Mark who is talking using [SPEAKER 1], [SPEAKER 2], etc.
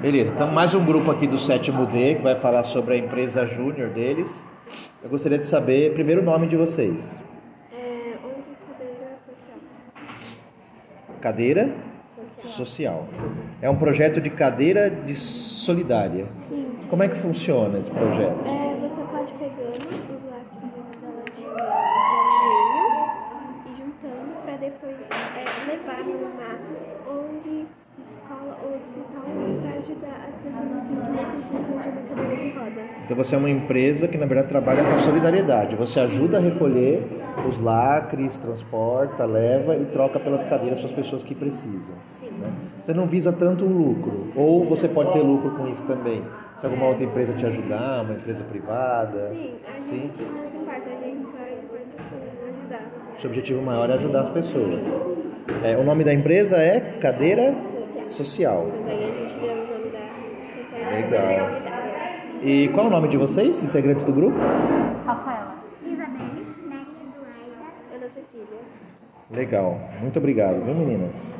[SPEAKER 1] Beleza, então mais um grupo aqui do sétimo D que vai falar sobre a empresa júnior deles. Eu gostaria de saber primeiro o nome de vocês.
[SPEAKER 2] É, ONG Cadeira Social.
[SPEAKER 1] Cadeira Social. É um projeto de cadeira de solidária.
[SPEAKER 2] Sim.
[SPEAKER 1] Como é que funciona esse projeto?
[SPEAKER 2] É, você pode pegando os lacrinhos da latinha de alumínio e juntando para depois é, levar numa ONG, escola ou hospital para ajudar as pessoas assim que necessitam de uma cadeira de rodas.
[SPEAKER 1] Então você é uma empresa que na verdade trabalha com a solidariedade. Você ajuda a recolher os lacres, transporta, leva e troca pelas cadeiras para as pessoas que precisam.
[SPEAKER 2] Sim.
[SPEAKER 1] né? Você não visa tanto o lucro, ou você pode ter lucro com isso também. Se alguma outra empresa te ajudar, uma empresa privada.
[SPEAKER 2] Sim, a
[SPEAKER 1] Sim.
[SPEAKER 2] gente não se importa, a gente só importa com ajudar.
[SPEAKER 1] Seu objetivo maior é ajudar as pessoas. É, o nome da empresa é Cadeira
[SPEAKER 2] Social.
[SPEAKER 1] Social.
[SPEAKER 2] Mas aí a gente deu o nome da sociedade
[SPEAKER 1] Legal.
[SPEAKER 2] da solidária.
[SPEAKER 1] E qual é o nome de vocês, integrantes do grupo?
[SPEAKER 3] Rafaela.
[SPEAKER 2] Ana Cecília.
[SPEAKER 1] Legal. Muito obrigado, viu meninas?